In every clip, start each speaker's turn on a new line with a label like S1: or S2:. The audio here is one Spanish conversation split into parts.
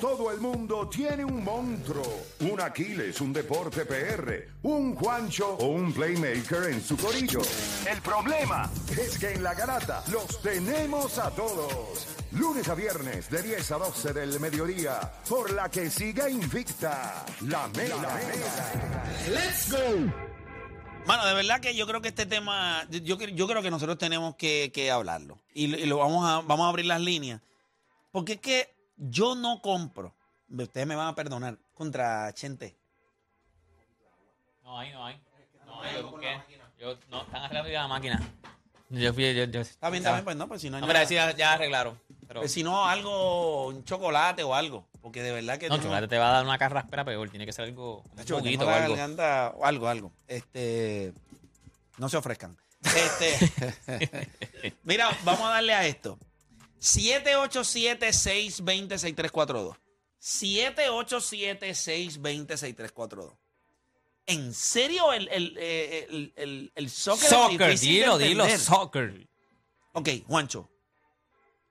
S1: Todo el mundo tiene un monstruo, un Aquiles, un deporte PR, un Juancho o un playmaker en su corillo. El problema es que en la garata los tenemos a todos. Lunes a viernes de 10 a 12 del mediodía, por la que siga invicta la mela.
S2: Let's go. Mano, de verdad que yo creo que este tema, yo, yo creo que nosotros tenemos que, que hablarlo. Y, lo- y lo vamos a, vamos a abrir las líneas. Porque es que yo no compro. Ustedes me van a perdonar contra Chente.
S3: No hay, no hay. No hay, ¿por qué? Yo, no, están arreglando la máquina. Yo fui, yo, yo.
S2: Está bien, está bien, pues no, pues si no. hay
S3: Ah. No,
S2: nada.
S3: pero sí, ya, ya arreglaron. Pero,
S2: Pues si no, algo, un chocolate o algo. Porque de verdad que.
S3: no,
S2: tú
S3: chocolate te va a dar una carraspera peor. Tiene que ser algo, un
S2: Nacho, que
S3: poquito
S2: no
S3: o
S2: la
S3: algo.
S2: garganta- o algo, algo. Este, no se ofrezcan. Este, mira, vamos a darle a esto. 787-620-6342. 787-620-6342. ¿En serio el, el, eh, el, el- el soccer? es
S3: Soccer,
S2: difícil de
S3: dilo, dilo,
S2: entender?
S3: soccer.
S2: Ok, Juancho.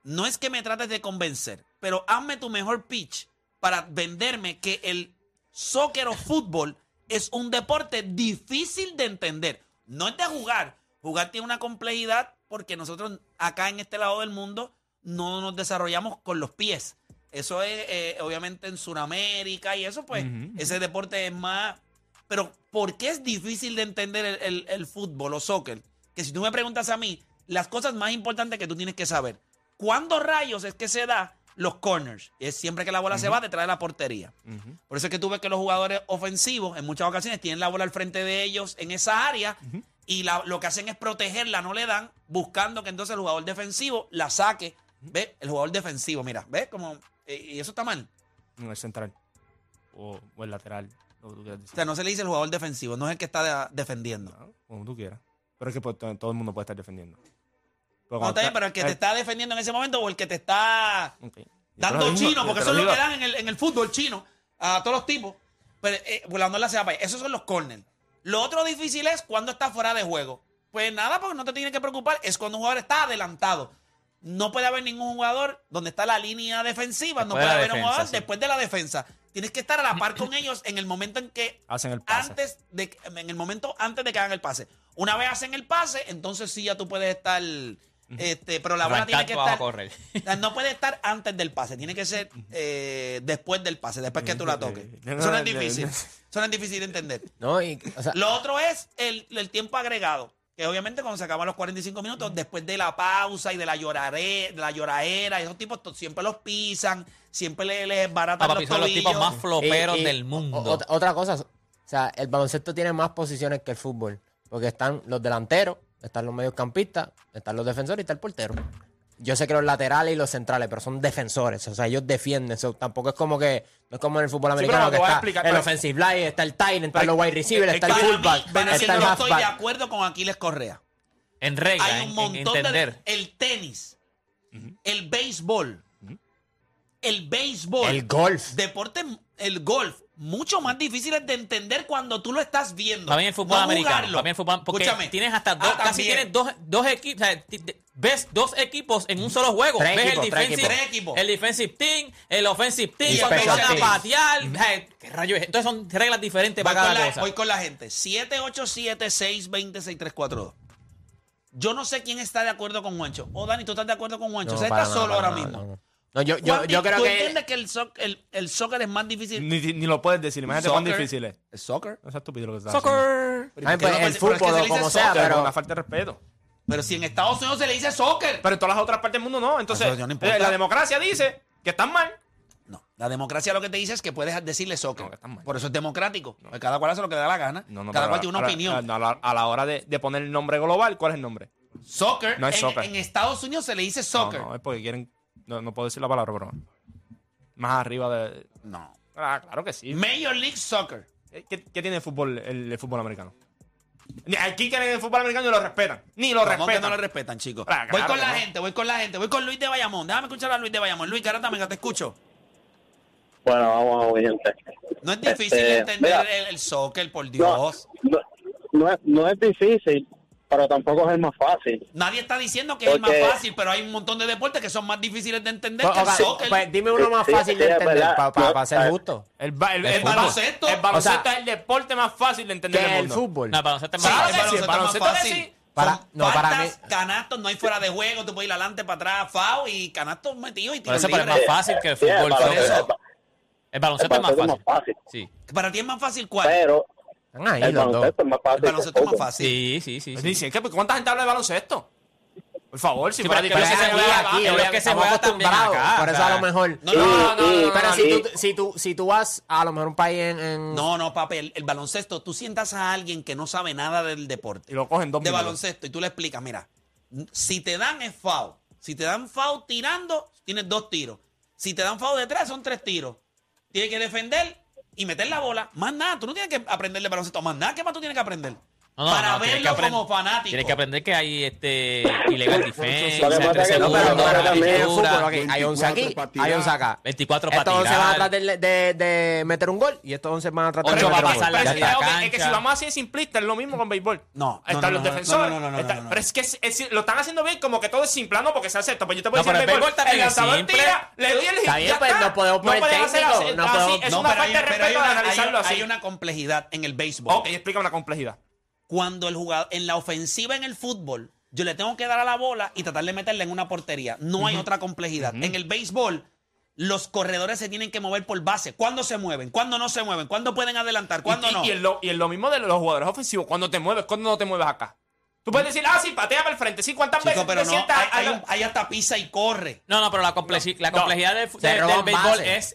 S2: No es que me trates de convencer, pero hazme tu mejor pitch para venderme que el soccer o fútbol es un deporte difícil de entender. No es de jugar. Jugar tiene una complejidad porque nosotros acá en este lado del mundo no nos desarrollamos con los pies. Eso es, eh, obviamente, en Sudamérica y eso, pues, ese deporte es más pero ¿por qué es difícil de entender el, el- el fútbol o soccer? Que si tú me preguntas a mí, las cosas más importantes que tú tienes que saber. ¿Cuándo rayos es que se da los corners? Es siempre que la bola se va detrás de la portería. Por eso es que tú ves que los jugadores ofensivos en muchas ocasiones tienen la bola al frente de ellos en esa área y la- lo que hacen es protegerla, no le dan, buscando que entonces el jugador defensivo la saque. ¿Ves? El jugador defensivo, mira, ¿ves? Como, eh, y eso está mal.
S4: No, es central. O, o el lateral. Lo que tú quieras
S2: O
S4: decir.
S2: sea, no se le dice el jugador defensivo, no es el que está de- defendiendo.
S4: No, como tú quieras. Pero es que pues, to- todo el mundo puede estar defendiendo. Pero
S2: No,
S4: cuando
S2: está bien, pero el que te está defendiendo en ese momento o el que te está
S4: Ok. Yo te lo
S2: dando
S4: digo,
S2: chino,
S4: yo
S2: porque
S4: te
S2: eso es lo
S4: digo.
S2: que dan en el, en el fútbol chino a todos los tipos, pero eh, volando la para allá. Esos son los corners. Lo otro difícil es cuando está fuera de juego. Pues nada, porque no te tienes que preocupar, es cuando un jugador está adelantado. No puede haber ningún jugador donde está la línea defensiva, no
S3: Después de
S2: puede
S3: la
S2: haber un
S3: defensa,
S2: jugador
S3: sí.
S2: después de la defensa. Tienes que estar a la par con ellos en el momento en que
S4: Hacen el pase.
S2: antes de que- en el momento antes de que hagan el pase. Una vez hacen el pase, entonces sí ya tú puedes estar este, pero la bola
S3: Arrancar,
S2: tiene que
S3: tú vas a
S2: estar
S3: correr.
S2: o sea, no puede estar antes del pase, tiene que ser eh, después del pase, después que tú la toques. Eso no es difícil. Eso no es difícil de entender.
S5: No, y, o sea,
S2: Lo otro es el, el tiempo agregado, que obviamente cuando se acaban los 45 minutos, después de la pausa y de la lloraré, de la lloraera, esos tipos to- siempre los pisan, siempre le- les baratan
S3: Ah, Papi,
S2: los
S3: son los
S2: tobillos.
S3: tipos más floperos
S5: y- y
S3: del
S5: o-
S3: mundo.
S5: ot- otra cosa, o sea, el baloncesto tiene más posiciones que el fútbol, porque están los delanteros, están los mediocampistas, están los defensores y está el portero. Yo sé que los laterales y los centrales, pero son defensores, o sea, ellos defienden. so, tampoco es como que, no es como en el fútbol
S4: pero
S5: americano
S4: te
S5: que
S4: voy a
S5: está
S4: explicar,
S5: el
S4: pero-
S5: offensive line, está el tight end, están los wide receivers,
S4: es
S5: está el
S2: para mí,
S5: fullback,
S2: para mí,
S5: está el
S2: no estoy de
S5: halfback.
S2: acuerdo con Aquiles Correa.
S3: En regla,
S2: hay un
S3: en- en,
S2: montón de
S3: entender.
S2: el tenis, el béisbol, el béisbol,
S5: El golf.
S2: deporte, el golf, mucho más difíciles de entender cuando tú lo estás viendo.
S3: Para mí el fútbol
S2: No
S3: americano.
S2: jugarlo.
S3: Para mí el fútbol porque
S2: Escúchame.
S3: tienes hasta dos,
S2: Ah,
S3: casi
S2: también.
S3: tienes dos, dos equipos, o sea, ti- de- ves dos equipos en un solo juego.
S5: Tres
S3: ves
S5: equipos,
S3: el
S5: tres
S3: defensive,
S2: equipos. Tres equipos.
S3: el defensive team, el offensive team,
S5: Y
S3: cuando
S5: special
S3: van a
S5: teams.
S3: patear, o sea, ¿qué rayos es? Entonces son reglas diferentes
S2: eh, Voy
S3: para
S2: con,
S3: cada
S2: la,
S3: cosa.
S2: voy con la gente. 787-620-6342. Yo no sé quién está de acuerdo con Juancho. O Dani, tú estás de acuerdo con Juancho.
S5: No,
S2: o sea,
S5: para
S2: estás
S5: nada,
S2: solo
S5: para
S2: ahora
S5: nada,
S2: mismo.
S5: no, no. No, yo, yo,
S2: Juanpi,
S5: yo creo
S2: ¿Tú
S5: que.
S2: entiendes que el, soc- el- el soccer es más difícil?
S4: Ni, ni lo puedes decir. Imagínate cuán
S2: Soccer.
S4: difícil es.
S2: ¿El soccer?
S4: No es estúpido lo que estás haciendo.
S3: Soccer.
S5: Ay, pues,
S2: Pero es
S5: el
S2: que se le
S5: fútbol, o
S2: dice
S5: como
S2: soccer,
S5: sea,
S4: Pero,
S5: pero.
S4: con una falta de respeto.
S2: Pero si en Estados Unidos se le dice soccer.
S4: Pero en todas las otras partes del mundo no. Entonces,
S2: Eso no importa.
S4: eh, la democracia dice que están mal.
S2: No, la democracia lo que te dice es que puedes decirle soccer.
S4: No, que están mal.
S2: Por eso es democrático. Pues cada cual hace lo que le da la gana.
S4: No, no,
S2: cada
S4: pero
S2: cual
S4: a-
S2: tiene una
S4: a la-
S2: opinión.
S4: A la, a la hora de, de poner el nombre global, ¿cuál es el nombre?
S2: soccer,
S4: No es
S2: en,
S4: soccer.
S2: en Estados Unidos se le dice
S4: No,
S2: soccer.
S4: No,
S2: No,
S4: es porque quieren. No, no puedo decir la palabra, pero. Más arriba de. Ah, claro que sí.
S2: Major League Soccer.
S4: Eh, ¿Qué, qué tiene el fútbol, el, el fútbol americano? Ni Aquí que en el fútbol americano ni lo respetan. Ni lo
S2: ¿Cómo que
S4: respetan.
S2: no lo respetan, chicos?
S4: Ah,
S2: voy
S4: claro
S2: con
S4: que
S2: la
S4: no.
S2: gente, voy con la gente, voy con Luis de Bayamón. Déjame escuchar a Luis de Bayamón. Luis Garata, venga, te escucho.
S6: Bueno, vamos a ver, gente.
S2: No es difícil
S6: Este,
S2: entender
S6: mira,
S2: el, el soccer, por
S6: no,
S2: Dios.
S6: no, no es, no es difícil, pero tampoco es el más fácil.
S2: Nadie está diciendo que es
S6: Porque-
S2: el más fácil, pero hay un montón de deportes que son más difíciles de entender
S5: Pues,
S2: que el
S5: ok,
S2: soccer.
S5: pues dime uno más
S6: Sí,
S5: fácil
S6: sí,
S5: de
S6: es
S5: entender
S6: verdad.
S5: para
S6: No,
S5: ser
S6: eh,
S5: justo.
S4: El, ba- el-
S5: El
S4: el
S5: fútbol.
S4: baloncesto. El baloncesto
S5: O sea,
S4: es el deporte más fácil de entender en
S5: Que
S4: el
S5: el
S4: mundo.
S5: fútbol.
S3: No, el baloncesto es
S2: Sí,
S3: más
S4: Claro
S2: el
S4: que
S3: fácil.
S4: sí, el
S2: baloncesto es más
S4: baloncesto
S2: fácil.
S4: sí.
S5: Para-
S2: Son
S5: no, para
S2: faltas,
S5: mí-
S2: canastos, no hay fuera de juego, tú puedes ir adelante para atrás, foul y canastos metidos y
S3: Por
S2: tiros
S3: eso, pero es más
S2: libres.
S3: fácil que el
S6: eh, Sí, el
S3: fútbol.
S6: baloncesto-
S3: Por eso.
S6: el ba-
S3: El
S6: el
S3: baloncesto es más
S6: baloncesto
S3: fácil. Sí.
S2: Para ti es más fácil
S7: Eh,
S2: cuál?
S6: pero
S5: Están ahí
S6: el
S5: los dos.
S6: baloncesto es más
S2: El
S6: fácil.
S2: baloncesto
S6: que
S2: es
S6: el
S2: más
S6: fútbol.
S2: fácil.
S3: Sí, sí, sí.
S4: Pues
S3: sí.
S4: dicen, ¿qué? Pues, ¿Cuánta gente habla de baloncesto? Por favor, si
S3: Sí,
S4: fuera
S3: pero
S5: Pero
S3: es
S4: difícil,
S3: que
S5: es
S4: se
S3: aquí,
S4: juega
S3: aquí,
S4: acá,
S3: pero es que se
S5: estamos
S3: juega también
S5: acostumbrados,
S3: acá,
S5: Por eso
S3: o
S5: a
S3: sea.
S5: lo mejor.
S2: No, no, no, no,
S6: Sí,
S2: no, no,
S5: Pero
S2: no,
S6: sí.
S5: si tú, si, tú, si tú vas a lo mejor un país en. en-
S2: No, no, papi, el, el baloncesto, tú sientas a alguien que no sabe nada del
S4: Y
S2: deporte,
S4: lo cogen dos
S2: de
S4: minutos.
S2: baloncesto, y tú le explicas, mira, n- si te dan es foul. Si te dan foul tirando, tienes dos tiros. Si te dan foul detrás, son tres tiros. Tienes que defender y meter la bola. Más nada, tú no tienes que aprender de baloncesto. Más nada, ¿qué más tú tienes que aprender?
S3: No, no,
S2: Para
S3: no, tienes
S2: verlo
S3: que aprend-
S2: como fanático.
S3: Tienes que aprender que hay este ilegal defensa,
S6: Lo que pasa
S3: 13
S6: es que no,
S3: segundos,
S6: pero- pero también
S5: en el
S3: altura,
S5: fútbol, ok, hay 11 aquí,
S1: 24 para
S5: hay 11 acá.
S3: 24 para
S5: Estos 11 van a
S3: tirar.
S5: tratar de, de- de meter un gol y estos 11 van a tratar de
S3: Ocho
S4: Pero
S5: meter
S4: papi,
S3: para pasar
S5: un gol.
S4: pero
S3: la
S4: es,
S5: Ya está.
S4: que,
S3: cancha.
S4: ok, es que si vamos así de simplista, es lo mismo con béisbol.
S2: No, no, no,
S4: Están los
S2: no, no,
S4: defensores.
S2: no, no, no, no,
S4: está-
S2: no, no.
S4: Pero es que es- es- lo están haciendo bien, como que todo es simple, no, porque se hace esto. Pues yo te puedo
S3: No,
S4: decir,
S3: pero el
S4: béisbol,
S3: béisbol también
S4: el
S3: es
S4: lanzador
S3: simple.
S4: tira, le doy el hit,
S5: Está bien,
S4: ya
S5: pues,
S4: está.
S5: no podemos poner
S4: podemos
S5: técnico,
S4: hacer así,
S5: no
S4: así,
S5: podemos-
S4: Es
S2: No,
S4: una
S2: pero
S4: falta de
S2: pero
S4: respeto de
S2: una-
S4: analizarlo
S2: hay-
S4: así.
S2: hay una complejidad en el béisbol.
S4: Ok, explícame la complejidad.
S2: cuando el jugador en la ofensiva en el fútbol, yo le tengo que dar a la bola y tratar de meterla en una portería. No hay otra complejidad. En el béisbol, los corredores se tienen que mover por base. ¿Cuándo se mueven? ¿Cuándo no se mueven? ¿Cuándo pueden adelantar? ¿Cuándo
S4: y,
S2: no?
S4: Y es lo, y en lo mismo de los jugadores ofensivos, cuando te mueves, cuando no te mueves acá. Tú puedes decir, ah, sí, patea para el frente, sí, ¿cuántas
S2: Chico,
S4: veces
S2: pero
S4: te
S2: no,
S4: sientas?
S2: hay, hay
S4: Ah,
S2: un- hay hasta pisa y corre.
S3: No, no, pero la, complexi- la
S4: No.
S3: complejidad del, fu-
S5: Se
S3: del- del
S5: roban
S3: béisbol
S5: bases.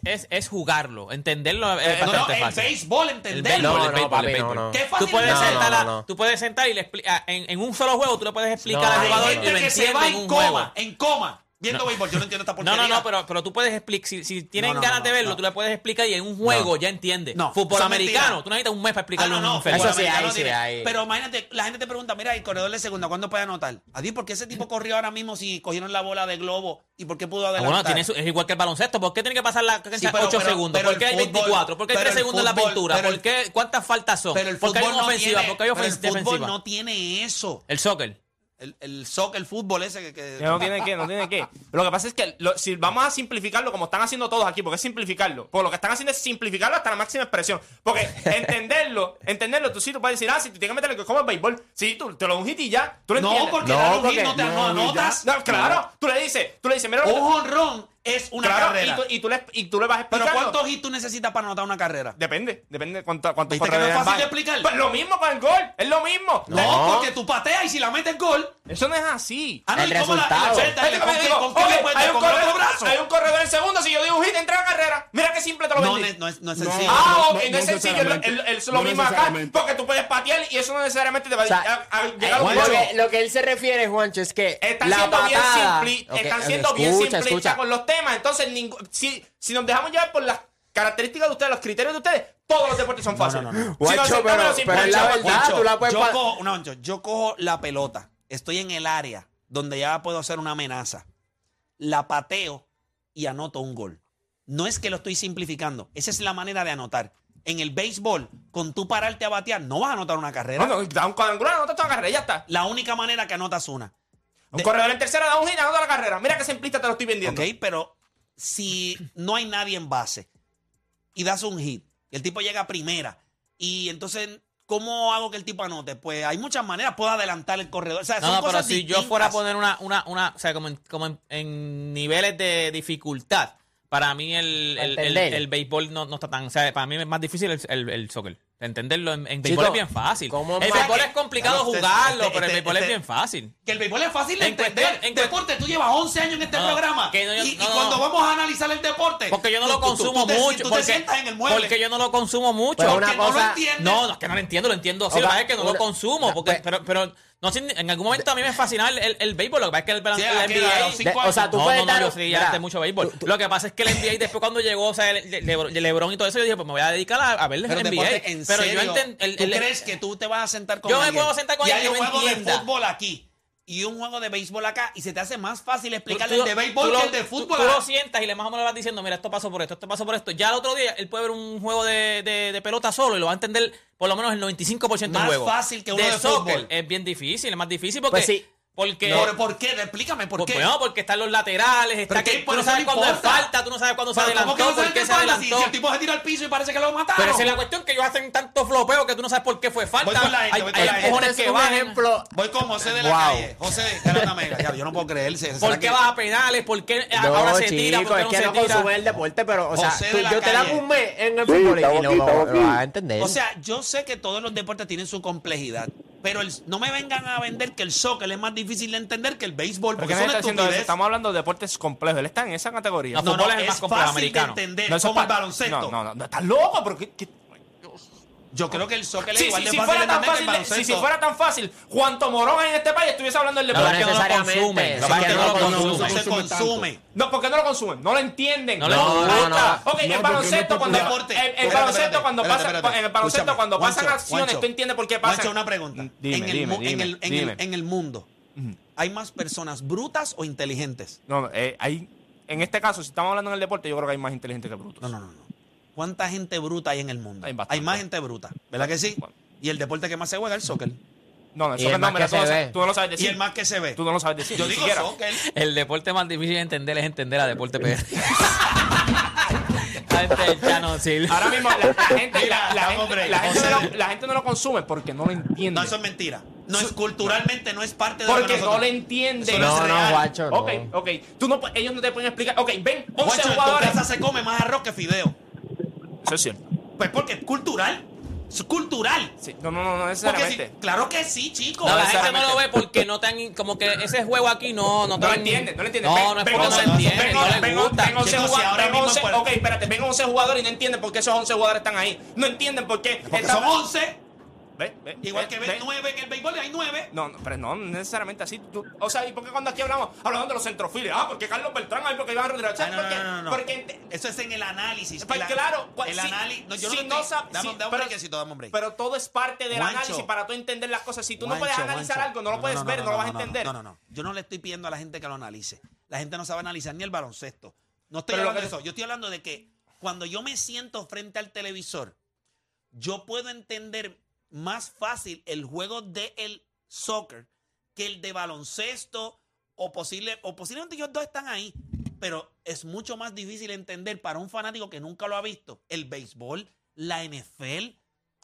S3: es, es, es jugarlo, entenderlo es
S2: No, no,
S3: bastante
S2: el
S3: fácil.
S2: béisbol,
S3: El
S2: entenderlo.
S3: béisbol,
S5: No,
S3: el
S5: no,
S3: béisbol,
S5: papi,
S3: el
S5: no,
S3: béisbol.
S5: no.
S2: Qué fácil
S3: Tú puedes,
S2: es.
S3: sentar
S5: No,
S3: a-
S5: no, no.
S3: tú puedes sentar y le expli- a- en, en un solo juego tú le puedes explicar
S5: No,
S3: al
S2: Hay
S3: jugador
S2: gente
S3: y lo
S2: que se
S3: entiende
S2: va
S3: en
S2: en
S3: un
S2: coma,
S3: juego.
S2: en coma, viendo béisbol. Yo no entiendo esta
S3: No,
S2: eh, porquería.
S3: no, no, pero, pero tú puedes explicar, si, si tienen
S2: No, no,
S3: ganas
S2: no,
S3: de verlo,
S2: no.
S3: tú le puedes explicar y en un juego ya entiende.
S2: No,
S3: Fútbol
S2: eso es
S3: americano,
S2: mentira.
S3: tú necesitas un mes para
S2: Ah,
S3: explicarlo
S2: no,
S3: en un
S2: no,
S3: juego.
S5: Eso sí,
S2: americano
S5: ahí sí,
S2: tiene-
S5: ahí.
S2: Pero imagínate, la gente te pregunta, mira, el corredor de segunda, ¿cuándo puede anotar? Adi, ¿por qué ese tipo corrió ahora mismo si cogieron la bola de globo? ¿Y por qué pudo
S3: Ah,
S2: adelantar?
S3: Bueno, tiene su- es igual que el baloncesto. ¿Por qué tiene que pasar la
S2: Sí,
S3: cancha
S2: pero-
S3: 8
S2: pero-
S3: segundos?
S2: pero
S3: ¿Por qué
S2: el
S3: hay
S2: fútbol-
S3: 24? ¿Por qué hay
S2: pero
S3: 3
S2: el
S3: segundos en la
S2: fútbol-
S3: pintura?
S2: pero el-
S3: ¿Por qué, ¿Cuántas faltas son?
S2: pero el
S3: ¿Por qué hay
S2: fútbol no
S3: ofensiva?
S2: tiene,
S3: ¿Por qué hay
S2: pero el
S3: ofens-
S2: fútbol
S3: defensiva?
S2: no tiene eso.
S3: El soccer.
S2: El, el soccer, el fútbol ese que... que-
S4: Ya No tiene que, no tiene que. Lo que pasa es que lo- si vamos a simplificarlo como están haciendo todos aquí, porque es simplificarlo. Porque lo que están haciendo es simplificarlo hasta la máxima expresión. Porque entenderlo, entenderlo, tú sí tú puedes decir, ah, si tú tienes que meterle que como el béisbol, sí, tú te lo ungiste y ya. Tú lo
S2: no,
S4: entiendes.
S2: porque
S5: No,
S2: dar un
S5: porque-
S2: hit no te no
S4: no,
S2: anotas.
S4: no, claro, tú le dices, tú le dices, mira, lo que-
S2: Un jonrón es una
S4: claro,
S2: carrera.
S4: Y, tú, y tú le, y tú le vas
S2: pero
S4: explicando.
S2: ¿cuántos hits tú necesitas para anotar una carrera?
S4: Depende, depende de cuánto, cuánto
S2: ¿Viste que no es fácil de
S4: explicar?
S2: explicar?
S4: Pues lo mismo con el gol, es lo mismo.
S2: No, porque tú pateas y si la metes gol...
S4: Eso no es así.
S2: Ah, no,
S5: El
S2: ¿y cómo la-
S5: resultado.
S2: la-
S4: Espérate,
S2: ¿Con qué-
S4: que Este digo,
S2: con qué
S4: oye,
S2: le puedes
S4: hay,
S2: dar?
S4: un
S2: ¿Con los
S4: corredor,
S2: brazos?
S4: hay un corredor en segundo. Si yo digo un hit, entra a la carrera. Mira qué simple te lo
S2: No,
S4: vendí.
S2: no es- no es sencillo.
S4: ah, ok,
S1: No,
S4: no,
S1: no
S4: es sencillo. Es lo,
S1: necesariamente.
S4: el- el- es lo
S1: No
S4: mismo acá.
S1: necesariamente.
S4: Porque tú puedes patear y eso no necesariamente te va
S5: O sea, eh,
S4: a, a llegar a un
S5: Lo
S4: gol.
S5: que, lo que él se refiere, Juancho, es que
S4: Están
S5: la
S4: siendo bien
S5: patada...
S4: simpli-
S5: Ok,
S4: están
S5: ok,
S4: siendo bien
S5: escucha,
S4: simplistas
S5: escucha.
S4: con los temas. Entonces, ningú- si, si nos dejamos llevar por las características de ustedes, los criterios de ustedes, todos los deportes son fáciles. Si nos
S5: Juancho,
S4: sentamos los
S5: pero- pero es la
S4: simplistas-
S5: verdad,
S2: Juancho,
S5: tú la puedes
S2: yo
S5: pa-
S2: cojo, no, Juancho, yo cojo la pelota. Estoy en el área donde ya puedo hacer una amenaza. La pateo y anoto un gol. No es que lo estoy simplificando. Esa es la manera de anotar. En el béisbol, con tú pararte a batear, no vas a anotar una carrera.
S4: No, no, da un cuadrangular, anota toda la carrera, ya está.
S2: La única manera que anotas una.
S4: Un
S2: De-
S4: corredor en tercera, da un hit, anota la carrera. Mira qué simplista te lo estoy vendiendo.
S2: Ok, pero si no hay nadie en base y das un hit, y el tipo llega a primera, y entonces, ¿cómo hago que el tipo anote? Pues hay muchas maneras, puedo adelantar el corredor. O sea,
S3: No,
S2: son
S3: no, pero
S2: cosas
S3: si yo
S2: distintas.
S3: fuera a poner una, una, una o sea, como en, como en, en niveles de dificultad, para mí el, el, el,
S5: Entender.
S3: el béisbol no, no está tan, o sea, para mí es más difícil el, el, el soccer. Entenderlo en, en
S5: Chico,
S3: béisbol es bien fácil.
S5: ¿cómo
S3: El
S5: más-
S3: béisbol es complicado
S2: Claro, este-
S3: jugarlo,
S2: este-
S3: pero el
S2: este-
S3: béisbol es
S2: este-
S3: bien fácil.
S2: Que el béisbol es fácil de
S3: En
S2: entender.
S3: cuestión- en
S2: deporte, tú llevas 11 años en este
S3: No,
S2: programa.
S3: que no, yo-
S2: y, y
S3: no, no.
S2: cuando vamos a analizar el deporte.
S3: Porque yo no
S2: tú-
S3: lo
S2: tú- tú-
S3: consumo
S2: tú te-
S3: mucho.
S2: tú te
S3: porque,
S2: sientas en el mueble.
S3: porque yo no lo consumo mucho.
S5: Pero
S2: Porque
S5: una
S2: no lo
S5: cosa-
S2: entiendes.
S3: No, no, es que no lo entiendo, lo entiendo. Sí,
S5: Oga,
S3: lo que pasa es que no
S5: una-
S3: lo consumo,
S5: una-
S3: porque,
S5: pues-
S3: pero, pero No, sí, en algún momento a mí me fascinaba el, el, el béisbol. Lo que pasa es que el,
S2: Sí,
S3: la
S2: aquí, a los
S3: NBA.
S2: cinco
S5: De- o sea, tú
S3: no,
S5: puedes
S3: no, no,
S5: dar-
S3: yo sí, ya
S5: Mira,
S3: sé mucho béisbol. Lo que pasa es que el NBA después cuando llegó, o sea, el, el- el- el LeBron y todo eso, yo dije, pues me voy a dedicar a, a verle
S2: Pero
S3: el NBA.
S2: deporte, en
S3: pero
S2: serio,
S3: yo enten- el-
S2: ¿tú
S3: el-
S2: crees que tú te vas a sentar con
S3: Yo me
S2: alguien?
S3: puedo sentar con
S2: y hay
S3: alguien
S2: un
S3: que me
S2: juego de
S3: entienda.
S2: fútbol aquí y un juego de béisbol acá y se te hace más fácil
S3: tú-
S2: explicarle
S3: tú-
S2: el de
S3: tú
S2: béisbol
S3: lo-
S2: que el de
S3: tú-
S2: fútbol.
S3: Tú, lo sientas y le más o menos le vas diciendo, mira, esto pasó por esto, esto pasó por esto. Ya el otro día él puede ver un juego de, de- de pelota solo y lo va a entender por lo menos el 95%
S2: Más
S3: del juego.
S2: fácil que uno de
S3: soccer
S2: fútbol.
S3: Es bien difícil, es más difícil porque...
S5: Pues sí.
S3: Porque...
S2: ¿Por, por qué? Explícame por
S3: Pues,
S2: qué.
S3: bueno, porque están los laterales, está
S2: ¿Pero qué?
S3: que tú
S2: Pero
S3: no
S2: eso
S3: sabes
S2: no
S3: cuándo es
S2: importa.
S3: falta, tú no sabes cuándo se
S2: Pero
S3: adelantó,
S2: ¿cómo que no sabes
S3: por qué
S2: qué
S3: se
S2: pasa?
S3: adelantó.
S2: Si, si el tipo se tira al piso y parece que lo mataron.
S3: Pero esa es la cuestión que ellos hacen tanto flopeo que tú no sabes por qué fue falta.
S2: Voy con la gente,
S3: hay
S2: voy con
S3: hay
S2: la gente.
S3: cojones
S5: Este es
S3: que
S5: un
S3: van.
S5: ejemplo.
S2: Voy con José de la
S5: Wow.
S2: calle. José, Canadá Mega. Ya, yo no puedo creerse.
S3: ¿Por qué vas a penales? ¿Por qué eh,
S5: No,
S3: ahora se
S5: chico,
S3: tira? ¿Por qué
S5: es
S3: no
S5: que
S3: se
S5: no
S3: tira?
S5: consume el deporte, pero, o sea,
S2: José
S5: tú-
S2: de la
S5: yo te
S2: calle.
S5: damos un mes en el
S6: Sí,
S5: fútbol y
S6: estamos
S5: no
S6: aquí,
S5: lo,
S6: estamos
S5: lo
S6: aquí.
S5: vas a entender.
S2: O sea, yo sé que todos los deportes tienen su complejidad, pero el- no me vengan a vender que el soccer es más difícil de entender que el béisbol,
S4: ¿Por
S2: porque
S4: qué
S2: es
S4: me
S2: una
S4: está diciendo eso?
S2: estupidez.
S4: Estamos hablando de deportes complejos. Él está en esa categoría.
S3: No,
S2: No, no,
S3: Fútbol es el
S2: es
S3: más complejo
S2: fácil de
S3: americano.
S2: entender
S4: No, eso
S2: como
S4: es
S2: el
S4: pa-
S2: baloncesto.
S4: No, no, no, no, estás loco, pero qué- qué-
S2: Yo creo que el soccer es
S4: Sí,
S2: igual
S4: sí,
S2: de
S4: si
S2: fácil de
S4: fuera tan
S2: entender que el
S4: fácil, de-
S2: baloncesto.
S4: si, si fuera tan fácil, Juanto Morón en este país estuviese hablando
S3: La
S4: del deporte.
S3: verdad es que no lo
S5: necesariamente,
S3: consumen. La
S5: sí,
S3: verdad es que no lo
S2: Eh, no,
S3: consumen.
S2: se consume.
S4: No, porque no lo consumen, no lo entienden.
S3: No le gusta.
S4: gusta. Ok,
S1: No,
S4: el
S1: porque
S4: baloncesto
S1: no
S4: cuando
S1: es
S2: Deporte.
S4: el- el
S2: Espérate,
S4: baloncesto
S2: espérate,
S4: cuando
S2: espérate,
S4: pasa
S2: espérate.
S4: en el baloncesto
S2: Escúchame,
S4: cuando pasan
S2: Juancho,
S4: acciones,
S2: Juancho.
S4: tú entiendes por qué
S2: Juancho,
S4: pasan. Mm,
S2: una pregunta.
S4: Dime,
S2: en, el,
S4: dime,
S2: mu- en
S4: dime,
S2: el- en el-
S4: dime.
S2: en el mundo, ¿hay más personas brutas o inteligentes?
S4: No, eh, hay en este caso si estamos hablando en el deporte, yo creo que hay más inteligente que brutos.
S2: No, no, no, no. ¿Cuánta gente bruta hay en el mundo?
S4: Hay
S2: Hay,
S4: bastante.
S2: más gente bruta, ¿verdad que sí?
S4: Bueno.
S2: Y el deporte que más se juega es el soccer.
S4: No, no,
S5: Y
S4: eso que
S5: el
S4: no,
S5: más
S4: mira,
S5: que
S4: tú no
S5: se
S4: sabes-
S5: ve.
S4: tú no lo sabes
S2: Y el
S4: decir.
S2: más que se ve.
S4: Tú no lo sabes decir.
S2: Eh, Yo
S4: ni
S2: digo
S4: siquiera.
S2: soccer.
S3: El deporte más difícil de entender es entender a Deporte PR. La gente ya no sirve.
S4: Ahora mismo la, la gente,
S2: Mira,
S4: la, la
S2: dame un
S4: gente,
S2: break,
S4: la gente no
S2: José.
S4: lo, la gente no lo consume porque no lo entiende.
S2: No, eso es mentira. No es culturalmente, no es parte de lo que
S4: porque
S2: nosotros-
S4: no le entiende.
S2: Eso
S5: no,
S2: es
S5: no,
S2: real.
S5: guacho, no.
S4: Ok, ok. Tú no, pu- ellos no te pueden explicar. Ok, ven, 11
S2: Guacho, en tu
S4: jugadores.
S2: casa se come más arroz que fideo.
S4: Eso es cierto.
S2: Pues porque es cultural. Es cultural.
S4: Sí. No, no, no, no
S2: Porque si-
S4: necesariamente.
S2: claro que sí, chicos.
S3: No, la
S4: esa-
S3: gente no lo ve porque no tan como que ese juego aquí no no,
S4: No lo
S3: tan-
S4: entienden, no lo entienden.
S3: No, no es
S4: Ven-
S3: porque
S4: ven
S3: no se
S4: once-
S3: entiende,
S4: ven-
S3: no
S4: ven-
S3: les gusta.
S4: ven once
S2: Chicos, si
S4: jugadores-
S2: ahora
S4: ven
S2: mismo
S4: once-
S2: fuera-
S4: Ok, espérate, ven 11 jugadores y no entienden por qué esos 11 jugadores están ahí. No entienden por qué.
S2: Porque
S4: esta-
S2: son 11.
S4: Ve, ve,
S2: Igual
S4: ve,
S2: que
S4: Eh, ve.
S2: ven 9 en el béisbol, hay 9.
S4: No, no, pero no necesariamente así. Tú- o sea, ¿y por qué cuando aquí hablamos? Hablamos de los centrofiles. Ah, porque Carlos Beltrán, ahí porque Iván Rodríguez.
S2: Ah, no,
S4: porque,
S2: no, no, no, no.
S4: porque ente-
S2: Eso es en el análisis.
S4: Pues
S2: El a-
S4: claro, cua-
S2: el
S4: si-
S2: análisis. No, yo
S4: si
S2: no,
S4: no
S2: estoy-
S4: sab-
S2: Dame,
S4: si-
S2: dame un
S4: pero-
S2: break, si te dame un break.
S4: Pero todo es parte del
S2: Juancho.
S4: análisis para tú entender las cosas. Si tú no puedes
S2: Juancho,
S4: analizar
S2: Juancho.
S4: algo, no lo puedes ver, no, lo vas a entender.
S2: No, no, no. Yo no le estoy pidiendo a la gente que lo analice. La gente no sabe analizar ni el baloncesto. No estoy
S4: Pero lo
S2: hablando
S4: que-
S2: de eso. Yo estoy hablando de que cuando yo me siento frente al televisor, yo puedo entender más fácil el juego del soccer que el de baloncesto o posible o posiblemente ellos dos están ahí, pero es mucho más difícil entender para un fanático que nunca lo ha visto el béisbol, la NFL,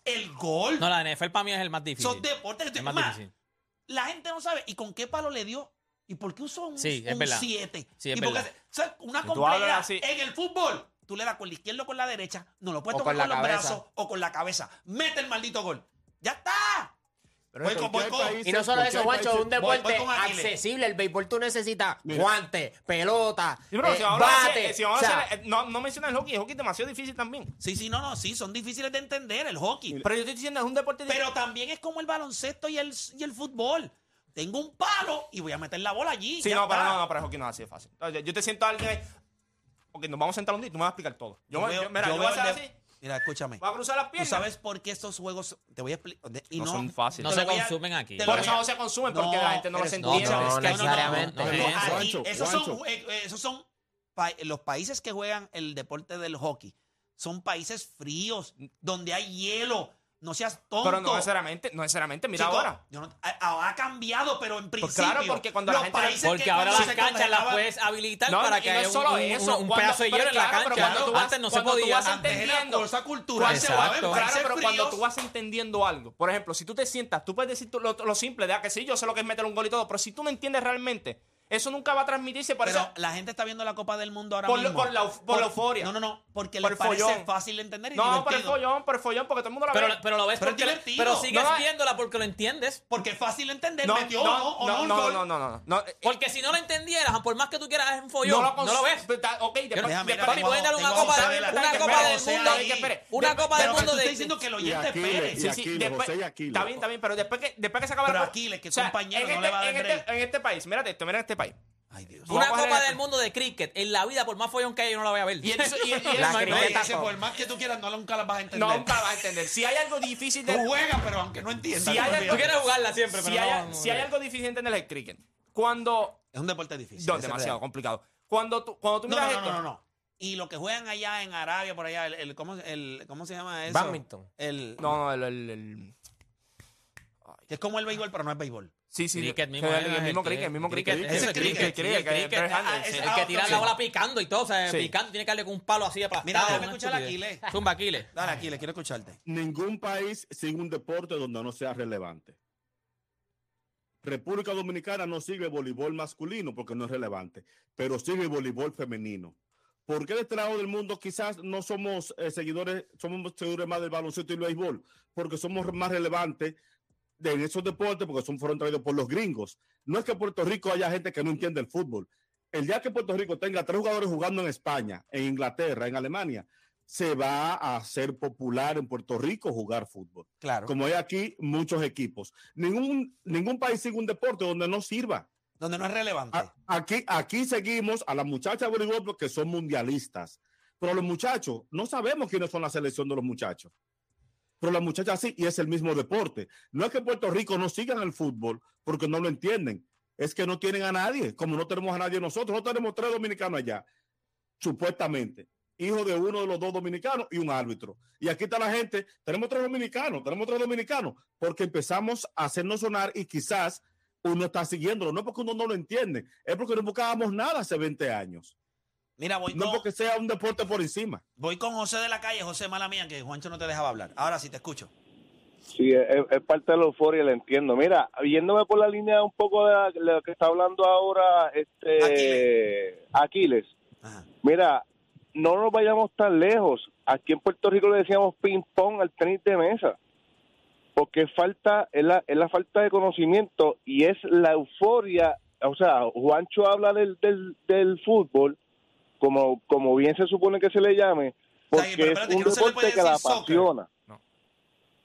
S2: el gol.
S3: No, la NFL para mí es el más difícil.
S2: Son deportes que
S3: Es
S2: tú-
S3: más
S2: más,
S3: difícil.
S2: la gente no sabe. ¿Y con qué palo le dio? ¿Y por qué usó un
S3: Sí, es
S2: 7?
S3: verdad. Sí, es
S2: ¿Y por qué
S3: verdad.
S2: hace- o sea, una
S4: tú
S2: complejidad
S4: hablas así-
S2: en el fútbol. Tú le das con la izquierda o con la derecha. No lo puedes
S5: O
S2: tocar
S5: con
S2: con,
S5: la
S2: los
S5: cabeza.
S2: brazos o con la cabeza. Mete el maldito gol. ¡Ya está! Voy con- voy con-
S5: Oh, Y no solo eso, Juancho, es un deporte
S2: voy con Aquiles.
S5: accesible. El béisbol tú necesitas guantes, pelota,
S4: Sí, pero
S5: eh,
S4: si ahora
S5: bate.
S4: hace- si ahora
S5: o sea,
S4: hace- eh, no, no mencionas el hockey, el hockey es demasiado difícil también.
S2: Sí, sí, no, no, sí, son difíciles de entender el hockey.
S4: Pero yo estoy diciendo, es un deporte de-
S2: Pero también es como el baloncesto y el, y el fútbol. Tengo un palo y voy a meter la bola allí.
S4: Sí,
S2: ya
S4: no, pero
S2: está.
S4: no, no, pero el hockey no es así de fácil. No, Yo, yo te siento a alguien ahí. Ok, nos vamos a sentar un día y tú me vas a explicar todo. Yo, me-
S2: veo-
S4: yo- mira,
S2: yo
S4: yo, voy a
S2: veo el
S4: hacer
S2: de-
S4: así,
S2: Mira, escúchame.
S4: voy a cruzar las
S2: ¿Tú
S4: piernas.
S2: sabes por qué estos juegos te voy a explicar? y
S4: No son fáciles.
S3: No
S2: te
S3: se
S2: lo voy a-
S3: consumen aquí.
S2: te lo
S4: Por
S2: voy
S4: eso
S2: a-
S4: no se consumen, porque la gente no
S2: pero
S4: los
S2: es-
S4: entiende.
S5: no,
S2: es que
S5: necesariamente.
S2: no, no, no,
S3: Juancho,
S2: ahí- esos,
S1: Juancho.
S2: son, eh, eh, esos son pa- los países que juegan el deporte del hockey. Son países fríos, donde hay hielo. No seas tonto.
S4: Pero no necesariamente, no necesariamente, mira
S2: Chico,
S4: ahora.
S2: yo no- a- a- ha cambiado, pero en principio.
S4: claro, porque cuando la
S2: los
S4: gente-
S2: países que
S3: Porque ahora
S2: cuando
S3: las
S2: se
S3: canchas las
S2: congelaban-
S3: puedes habilitar
S4: No,
S3: para
S4: y
S3: que
S4: no
S3: haya
S4: es
S3: un-
S4: solo
S3: un,
S4: eso,
S3: un
S4: cuando-
S3: pedazo de
S4: pero
S3: hielo en la
S4: claro, pero
S3: cancha.
S4: cuando tú vas-
S3: Antes no se
S4: cuando tú
S3: podía.
S4: vas a-
S2: Antes era
S4: entendiendo.
S2: cosa cultural. se jugaba en
S3: Exacto.
S4: Claro,
S2: países
S4: pero cuando
S2: fríos.
S4: tú vas entendiendo algo, por ejemplo, si tú te sientas, tú puedes decir tú lo, lo simple, de ah, que sí, yo sé lo que es meter un gol y todo, pero si tú no entiendes realmente Eso nunca va a transmitirse por
S2: Pero
S4: eso.
S2: la gente está viendo la Copa del Mundo ahora
S4: Por lo-
S2: mismo.
S4: por la euf- por la euforia.
S2: No, no, no. Porque
S4: Por
S2: les
S4: el
S2: parece
S4: follón.
S2: fácil de entender y
S4: No, por el
S2: divertido.
S4: follón, por el follón, porque todo el mundo la
S3: Pero,
S4: ve.
S3: pero lo ves
S2: Pero es
S3: porque le-
S2: divertido.
S3: pero sigues
S4: No, no.
S3: viéndola porque lo entiendes.
S2: Porque es fácil de entender.
S4: no,
S2: metió o no, o no,
S4: no,
S2: el
S4: no,
S2: gol.
S4: no, no, no, no. Eh,
S3: Porque si no la entendieras, por más que tú quieras, es un follón. No,
S4: cons-
S3: lo ves.
S4: Está- Ok,
S2: Déjame,
S4: después- después-
S2: espérate,
S3: Papi, pueden dar una
S2: tengo a
S3: copa,
S2: José
S3: de-
S2: Velasco,
S3: una
S4: que
S3: copa
S4: espere,
S3: del
S4: José
S3: mundo.
S4: ahí, que espere.
S3: Una
S2: Pero
S3: copa del
S2: que
S3: mundo
S2: tú
S3: de.
S2: estás diciendo que el oyente
S8: Y Aquiles,
S2: espere.
S8: y
S4: Sí, sí,
S8: Aquiles,
S4: después-
S8: José y Aquiles.
S4: Está bien, está bien, pero después que, después que se acaba
S2: Pero
S4: la pro-
S2: Aquiles, que es compañero,
S4: en
S2: no
S4: este-
S2: le va a dar
S4: en este,
S2: break.
S4: en este país, mírate esto, mira este país.
S2: Ay, Dios.
S4: Voy a
S3: Una
S4: coger
S3: copa
S4: el-
S3: del mundo de cricket. En la vida, por más follón que haya, yo no la voy a ver.
S4: Y eso- y- y eso
S9: La
S4: no hay
S2: No,
S9: crioleta,
S4: break.
S2: ese, por más que tú quieras, no nunca las vas a entender.
S4: No, nunca vas a entender. Si hay algo difícil de
S2: Tú juegas, pero aunque no entiendas.
S4: Si hay
S2: olvídate.
S4: algo-
S3: Tú quieres jugarla siempre, pero
S4: si, hay,
S3: no, no,
S4: si hay
S3: no.
S4: algo difícil de entender el cricket, cuando.
S2: Es un deporte difícil.
S4: No,
S2: ese
S4: demasiado
S2: real.
S4: complicado. Cuando tú, cuando tú
S2: No,
S4: miras
S2: no, no,
S4: esto.
S2: no, no, no. Y lo que juegan allá en Arabia, por allá, el, el- ¿cómo, el- ¿cómo se llama eso?
S9: Bádminton.
S2: El,
S4: No, no, el, el- el-
S2: Que es como el béisbol, pero no es béisbol.
S4: Sí, sí.
S3: Cricket
S4: el-
S3: mismo,
S4: el,
S3: eh,
S4: el mismo
S3: el
S4: cricket, el mismo cricket.
S3: cricket, ese
S4: Ese
S3: cricket,
S4: cricket,
S3: sí,
S4: cricket,
S3: el cricket.
S4: Brett
S3: Ah,
S4: Anderson.
S2: ese-
S3: El que tira
S2: Ah,
S3: la
S2: sí.
S3: bola picando y todo, o sea,
S4: Sí.
S3: picando, tiene que darle con un palo así aplastado.
S2: Mira, déjame
S3: una
S2: escuchar a
S3: estupidez.
S2: Aquiles.
S3: Zumba Aquiles.
S2: Dale, aquí le quiero escucharte.
S10: ningún país sin un deporte donde no sea relevante. República Dominicana no sigue voleibol masculino porque no es relevante, pero sigue voleibol femenino. ¿Por qué de este lado del mundo quizás no somos eh, seguidores, somos seguidores más del baloncesto y el béisbol? Porque somos más relevantes de en esos deportes porque son, fueron traídos por los gringos. No es que en Puerto Rico haya gente que no entiende el fútbol. El día que Puerto Rico tenga tres jugadores jugando en España, en Inglaterra, en Alemania, se va a hacer popular en Puerto Rico jugar fútbol.
S2: Claro.
S10: Como hay aquí muchos equipos. Ningún, ningún país sigue un deporte donde no sirva.
S2: Donde no es relevante.
S10: A- aquí, aquí seguimos a las muchachas de voleibol porque son mundialistas. Pero los muchachos, no sabemos quiénes son la selección de los muchachos. Pero las muchachas sí, y es el mismo deporte. No es que en Puerto Rico no sigan el fútbol porque no lo entienden. Es que no tienen a nadie, como no tenemos a nadie nosotros. No tenemos tres dominicanos allá, supuestamente. Hijo de uno de los dos dominicanos y un árbitro. Y aquí está la gente, tenemos tres dominicanos, tenemos tres dominicanos, porque empezamos a hacernos sonar y quizás uno está siguiéndolo. No es porque uno no lo entiende, es porque no buscábamos nada hace 20 años.
S2: Mira, voy
S10: No
S2: con,
S10: porque sea un deporte por encima.
S2: voy con José de la calle. José, mala mía, que Juancho no te dejaba hablar. Ahora sí te escucho.
S5: Sí, es, es parte de la euforia, la entiendo. Mira, yéndome por la línea un poco de, la- de lo que está hablando ahora este Aquiles.
S2: Ajá.
S5: Mira, no nos vayamos tan lejos. Aquí en Puerto Rico le decíamos ping-pong al tenis de mesa. Porque falta, es la, es la falta de este conocimiento y es la euforia. O sea, Juancho habla del, del, del fútbol, como, como bien se supone que se le llame,
S2: O sea,
S5: porque
S2: pero
S5: es
S2: espérate,
S5: un
S2: que no se le puede
S5: deporte que la
S2: decir soccer.
S5: apasiona.
S4: No.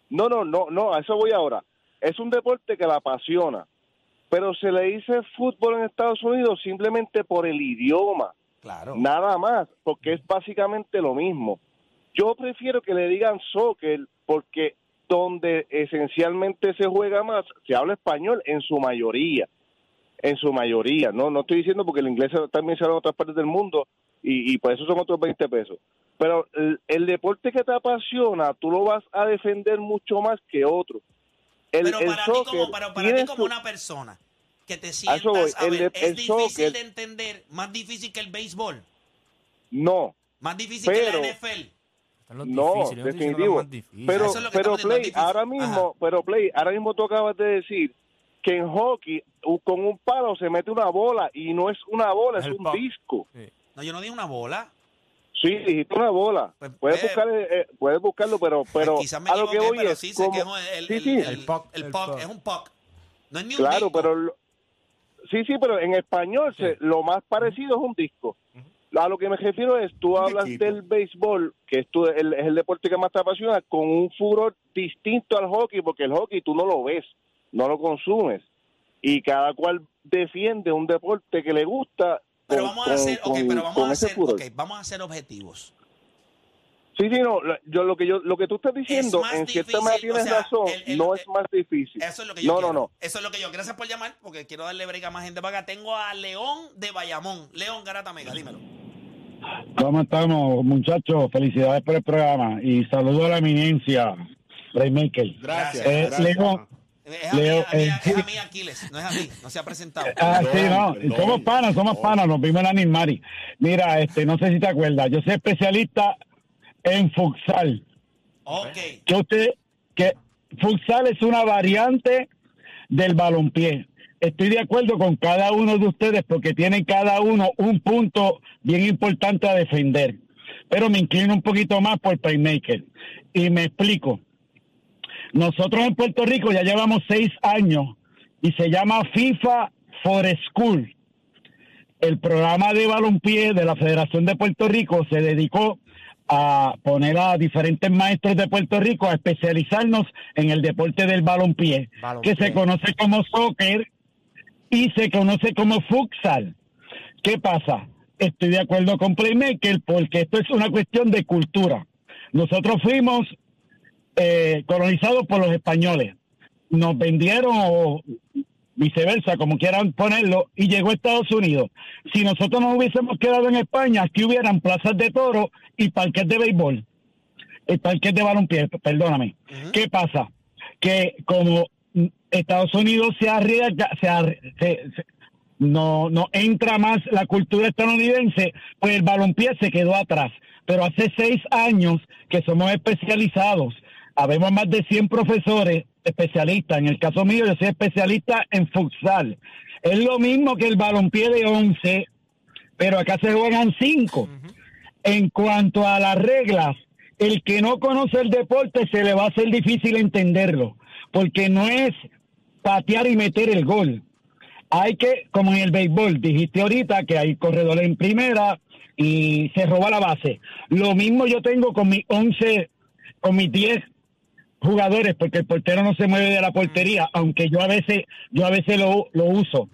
S5: No, no, no, no, a eso voy ahora. Es un deporte que la apasiona, pero se le dice fútbol en Estados Unidos simplemente por el idioma.
S2: Claro.
S5: Nada más, porque es básicamente lo mismo. Yo prefiero que le digan soccer porque donde esencialmente se juega más, se habla español en su mayoría. En su mayoría, no no estoy diciendo porque el inglés también se habla en otras partes del mundo y, y por eso son otros 20 pesos. Pero el, el deporte que te apasiona, tú lo vas a defender mucho más que otro. El,
S2: pero
S5: el
S2: para ti,
S5: soccer
S2: como, para, para ti
S5: tiene
S2: como
S5: su-
S2: una persona que te sientas
S5: voy,
S2: a
S5: el
S2: ver,
S5: de-
S2: es
S5: el
S2: difícil
S5: soccer-
S2: de entender, más difícil que el béisbol,
S5: No,
S2: más difícil
S5: Pero-
S2: que la NFL.
S5: No, definitivo. Pero,
S2: Eso es lo que
S5: pero
S2: estamos diciendo,
S5: Play,
S2: es difícil.
S5: ahora mismo, pero Play, ahora mismo tú acabas de decir que en hockey u- con un palo se mete una bola y no es una bola, es
S4: El
S5: un
S4: pop.
S5: disco.
S2: No, yo no di una bola.
S5: Sí, dijiste una bola.
S2: Pues,
S5: Puedes
S2: eh,
S5: buscar, eh, eh, puedes buscarlo, pero, pero
S2: Quizás me
S5: a lo que
S2: equivoqué,
S5: voy
S2: pero
S5: es
S2: sí sé
S5: como-
S2: que es un- el,
S5: sí,
S2: el-
S5: sí,
S2: el-
S11: El puck,
S2: el
S11: el
S2: puck,
S11: puck.
S2: es un puck. No es ni un
S5: claro,
S2: disco.
S5: pero lo- sí, sí, pero en español se- lo más parecido es un disco. A lo que me refiero es, tú hablas
S10: disquito.
S5: del béisbol, que es, tu- el, es el deporte que más te apasiona, con un furor distinto al hockey, porque el hockey tú no lo ves, no lo consumes. Y cada cual defiende un deporte que le gusta.
S2: Pero
S5: con-
S2: vamos a
S5: con-
S2: hacer, ok,
S5: con-
S2: pero vamos
S5: con
S2: a
S5: ese
S2: hacer,
S5: furor.
S2: ok, vamos a hacer objetivos.
S5: Sí, sí, no, lo- yo lo que yo lo que tú estás diciendo
S2: más
S5: en cierta
S2: difícil,
S5: manera tienes
S2: o sea,
S5: razón,
S2: el- el-
S5: no
S2: el-
S5: es más difícil.
S2: Eso es lo que yo
S5: no,
S2: quiero.
S5: no, no.
S2: Eso es lo que yo. Gracias por llamar, porque quiero darle break a más gente para acá. Tengo a León de Bayamón. León Garata Mega, dímelo.
S7: ¿Cómo estamos, muchachos? Felicidades por el programa y saludo a la eminencia, Playmaker.
S10: Gracias.
S7: Eh,
S10: gracias.
S7: Leo,
S2: Es a,
S7: Leo,
S2: mí, a mí-
S7: eh,
S2: es a mí Aquiles, no es a mí, no se ha presentado.
S7: Ah,
S10: Perdón,
S7: sí, no,
S10: perdón,
S7: somos panas, somos
S10: perdón.
S7: panas, nos vimos en Animari. Mira, este, no sé si te acuerdas, yo soy especialista en futsal.
S2: Ok.
S7: Que usted, que futsal es una variante del balompié. estoy de acuerdo con cada uno de ustedes porque tienen cada uno un punto bien importante a defender. Pero me inclino un poquito más por Playmaker. Y me explico. Nosotros en Puerto Rico ya llevamos seis años y se llama FIFA for School. El programa de balompié de la Federación de Puerto Rico se dedicó a poner a diferentes maestros de Puerto Rico a especializarnos en el deporte del balompié,
S5: Balompié.
S7: que se conoce como soccer y se conoce como futsal. ¿Qué pasa? Estoy de acuerdo con Playmaker porque esto es una cuestión de cultura. Nosotros fuimos eh, colonizados por los españoles. Nos vendieron o viceversa, como quieran ponerlo, y llegó a Estados Unidos. Si nosotros nos hubiésemos quedado en España, aquí hubieran plazas de toro y parques de béisbol. El parque de balompié, perdóname. ¿Qué pasa? Que como mm, Estados Unidos se arriesga, se, ar- se- se- no, no entra más la cultura estadounidense, pues el balompié se quedó atrás. Pero hace seis años que somos especializados, habemos más de 100 profesores especialistas. En el caso mío, yo soy especialista en futsal. Es lo mismo que el balompié de 11, pero acá se juegan 5. En cuanto a las reglas, el que no conoce el deporte se le va a hacer difícil entenderlo, porque no es patear y meter el gol hay que, como en el béisbol, dijiste ahorita que hay corredores en primera y se roba la base. Lo mismo yo tengo con mis 11, con mis 10 jugadores, porque el portero no se mueve de la portería, aunque yo a veces, yo a veces lo, lo uso.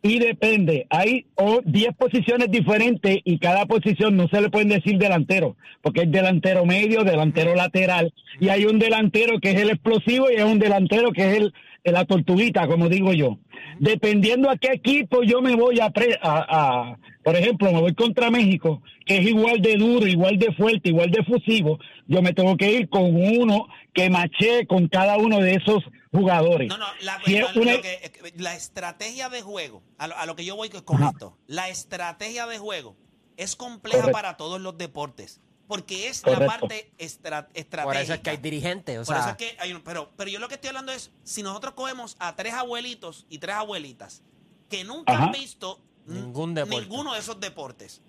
S7: Y depende, hay o- 10 posiciones diferentes y cada posición no se le pueden decir delantero, porque es delantero medio, delantero lateral, y hay un delantero que es el explosivo y hay un delantero que es el, la tortuguita, como digo yo. Dependiendo a qué equipo yo me voy a, pre- a- a- por ejemplo, me voy contra México, que es igual de duro, igual de fuerte, igual de fusivo, yo me tengo que ir con uno que maché con cada uno de esos jugadores.
S2: No, no, la,
S7: Si es
S2: lo- lo
S7: una-
S2: que- la estrategia de juego, a lo, a lo que yo voy con
S7: Ajá.
S2: esto, la estrategia de juego es compleja
S7: Correcto.
S2: para todos los deportes, porque es la
S7: Correcto.
S2: parte estra- estratégica.
S5: Por eso es que hay dirigentes, o
S2: Por eso
S5: sea,
S2: es que hay un- pero, pero yo lo que estoy hablando es, si nosotros cogemos a tres abuelitos y tres abuelitas que nunca han
S7: Ajá.
S2: visto mm,
S5: Ningún deporte.
S2: ninguno de esos deportes,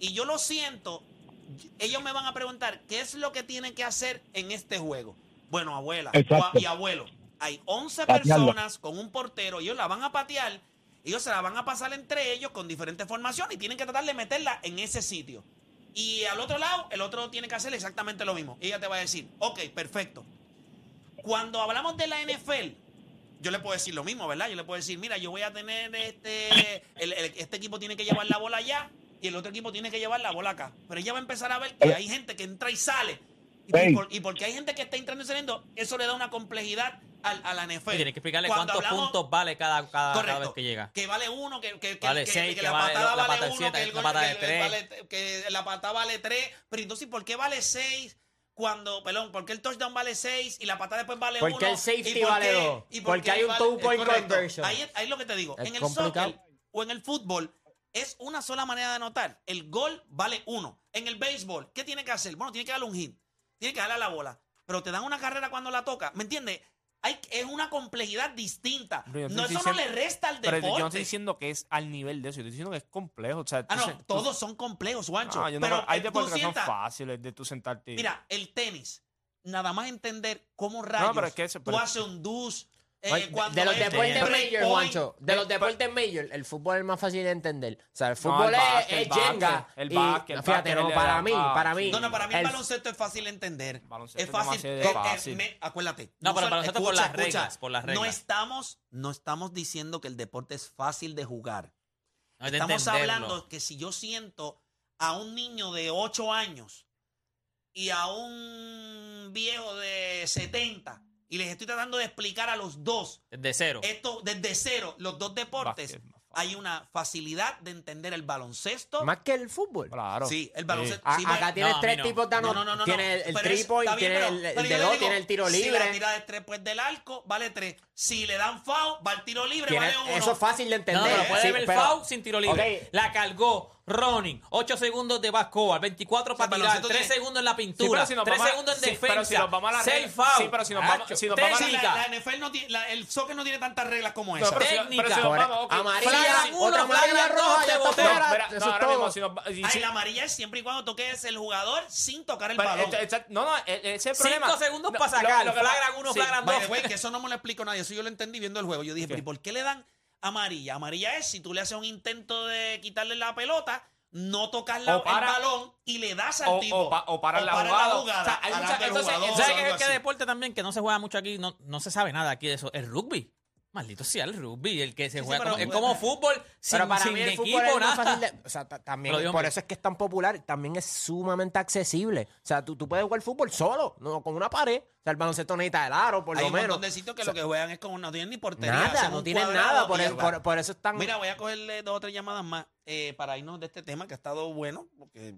S2: y yo lo siento, ellos me van a preguntar, ¿qué es lo que tienen que hacer en este juego? Bueno, abuela
S7: Exacto.
S2: o- y abuelo, hay 11
S7: Patearlo.
S2: personas con un portero, ellos la van a patear, ellos se la van a pasar entre ellos con diferentes formaciones y tienen que tratar de meterla en ese sitio. Y al otro lado, el otro tiene que hacer exactamente lo mismo. Y ella te va a decir, ok, perfecto. Cuando hablamos de la NFL, yo le puedo decir lo mismo, ¿verdad? Yo le puedo decir, mira, yo voy a tener este, el- el- este equipo tiene que llevar la bola allá y el otro equipo tiene que llevar la bola acá. Pero ella va a empezar a ver que hay gente que entra y sale. Y,
S7: Ey.
S2: por- y porque hay gente que está entrando y saliendo, eso le da una complejidad al- a la NFL.
S4: Pues,
S3: Y tienes que explicarle
S2: Cuando
S3: cuántos
S2: hablamos-
S3: puntos vale cada, cada, cada
S2: Correcto.
S3: vez que llega.
S2: vale uno, que, que, que-
S3: Vale
S2: que-
S3: seis,
S2: que
S3: que
S2: la
S3: vale-
S2: patada
S3: la
S2: vale
S3: patada de
S2: uno,
S3: siete,
S2: que el
S3: la
S2: gol-
S3: patada de
S2: que el- el
S3: tres.
S2: vale- que la patada vale tres. Pero entonces, ¿por qué vale seis? Cuando, perdón, ¿por qué el touchdown vale seis y la patada después vale
S5: ¿Por
S2: uno?
S5: qué el safety
S2: ¿Y por
S5: vale
S2: qué-
S5: dos?
S2: y por
S5: Porque
S2: qué
S5: hay un
S2: vale-
S5: two-point
S2: es correcto.
S5: conversion.
S2: Ahí, es- ahí es lo que te digo.
S5: Es
S2: en el
S5: complicado.
S2: soccer o en el fútbol es una sola manera de anotar. El gol vale uno. En el béisbol, ¿qué tiene que hacer? Bueno, tiene que darle un hit. Tiene que darle a la bola. Pero te dan una carrera cuando la toca. ¿Me entiendes? Hay, es una complejidad distinta.
S4: Pero yo
S2: No,
S4: estoy
S2: eso no le
S4: diciendo-
S2: resta al
S4: Pero
S2: deporte.
S4: yo no estoy diciendo que es al nivel de eso, yo estoy diciendo que es complejo. O sea, tú
S2: Ah, no,
S4: se- tú-
S2: todos son complejos, Juancho.
S4: No, yo no
S2: pero
S4: creo- hay
S2: el- tú
S4: deportes que son
S2: sienta-
S4: fáciles de tú sentarte. y-
S2: Mira, el tenis, nada más entender cómo rayos
S4: pero es que eso-
S2: tú
S4: pero-
S2: haces un dus. eh,
S5: Oye,
S2: cuando
S5: de los
S2: es
S5: deportes
S2: break
S5: major,
S2: point,
S5: Juancho, de los
S4: Pero-
S5: deportes major, el fútbol es más fácil de entender. O sea, el
S4: No, el
S5: fútbol es-
S4: básquet,
S5: es,
S4: el básquet,
S5: Jenga.
S4: el
S5: y-
S4: básquet, el
S5: Fíjate,
S4: básquet
S5: no,
S4: le
S5: para
S4: da-
S5: mí,
S4: ah,
S5: para mí.
S4: sí.
S2: No, no, para mí el
S5: el-
S2: baloncesto es fácil de entender.
S4: Baloncesto
S2: Es
S4: es
S2: fácil.
S4: demasiado
S2: eh, eh,
S4: fácil.
S2: me- acuérdate.
S3: No, pero el
S2: solo-
S3: baloncesto por las reglas, por las
S2: No
S3: reglas.
S2: estamos, no estamos diciendo que el deporte es fácil de jugar.
S3: No hay de
S2: Estamos
S3: entenderlo.
S2: hablando que si yo siento a un niño de 8 años y a un viejo de 70 y les estoy tratando de explicar a los dos
S3: Desde cero.
S2: esto desde cero, los dos deportes,
S4: Básquet, más fácil.
S2: hay una facilidad de entender el baloncesto.
S5: Más que el fútbol.
S4: Claro.
S2: Sí, el baloncesto.
S5: A-
S2: sí, me-
S5: acá tienes
S3: no, a mí
S5: tres
S3: no.
S5: tipos de
S2: no,
S5: anot-
S2: no, no, no,
S5: Tiene
S2: no.
S5: el, el
S2: Pero es-
S5: triple,
S2: está bien,
S5: tiene
S2: pero-
S5: el, el
S2: pero yo
S5: de
S2: le
S5: dos,
S2: digo,
S5: tiene el tiro
S2: Si la
S5: libre.
S2: tira de tres pues del arco, vale tres. Si le dan foul, va al tiro libre,
S5: Tiene-
S2: vale uno.
S5: eso es fácil
S3: No,
S5: de entender.
S3: no, puede
S5: Sí,
S3: haber
S5: pero-
S3: foul sin tiro libre.
S5: Ok.
S3: La cargó Ronin. 8 segundos de Vascoa. 24 para
S2: pero
S3: tirar.
S2: nosotros
S3: 3
S2: tiene-
S3: segundos en la
S4: Sí,
S3: pintura.
S4: pero si nos
S3: 3
S4: vamos a-
S3: segundos en
S4: sí,
S3: defensa.
S4: pero si nos vamos a la
S3: 6
S4: regla-
S3: foul.
S4: sí, pero si nos vamos-
S3: Acho,
S4: si nos vamos a la-
S2: Sí,
S3: técnica.
S2: la, la NFL no tiene, la- el soccer no tiene tantas reglas como
S4: Eh, No,
S2: esa.
S4: pero si- pero si
S3: técnica.
S4: nos vamos, ok.
S5: Amarilla,
S3: Flagran uno,
S5: otra amarilla
S3: flagran dos,
S5: roja,
S3: te
S5: ya está
S3: boté.
S4: No,
S5: fuera.
S4: mira,
S5: Eso
S4: no, ahora
S5: es todo.
S4: mismo, si nos va- y
S2: Ay,
S4: si-
S2: la amarilla es siempre y cuando toques el jugador sin tocar el
S4: pero
S2: balón.
S4: esto- esto- no, no, e- ese es el
S3: Cinco
S4: problema.
S3: segundos
S4: No,
S3: para
S4: lo-
S3: sacar.
S4: lo que-
S3: Flagran uno,
S4: sí,
S3: flagran
S2: By
S3: dos.
S2: the way, que eso no me lo explico a nadie. Eso yo lo entendí viendo el juego. Yo dije, pero ¿y por qué le dan amarilla? Amarilla es si tú le haces un intento de quitarle la pelota, no tocas la-
S4: O para-
S2: el balón y le das al
S4: o-
S2: tipo.
S4: o pa- o paras la
S2: paras
S4: jugada.
S2: jugada,
S4: O sea, hay
S2: paras
S4: muchas-
S2: del
S4: entonces-
S2: jugador,
S4: entonces,
S3: ¿Sabes
S2: o
S3: qué
S2: algo
S3: es qué
S2: así.
S3: deporte también que no se juega mucho aquí? No, no se sabe nada aquí de eso. El rugby. Maldito sea el rugby, el que se
S2: sí,
S3: juega
S2: pero-
S3: como, es como fútbol sin,
S5: Pero para
S3: sin
S5: mí el
S3: equipo,
S5: fútbol es más
S3: nada.
S5: fácil de- o sea, ta- también,
S3: Pero dígame.
S5: por eso es que es tan popular, también es sumamente accesible. O sea, tú, tú puedes jugar fútbol solo, no con una pared. O sea, el baloncesto necesita el aro, por
S2: Hay
S5: lo
S2: un montón
S5: menos.
S2: de sitios que lo que juegan es como no tienen ni portería.
S5: Nada,
S2: hacen
S5: no
S2: un
S5: tienen
S2: cuadrado
S5: nada, por,
S2: y
S5: el-
S2: juegan.
S5: por- por eso están...
S2: Mira, voy a cogerle dos o tres llamadas más eh, para irnos de este tema que ha estado bueno. Porque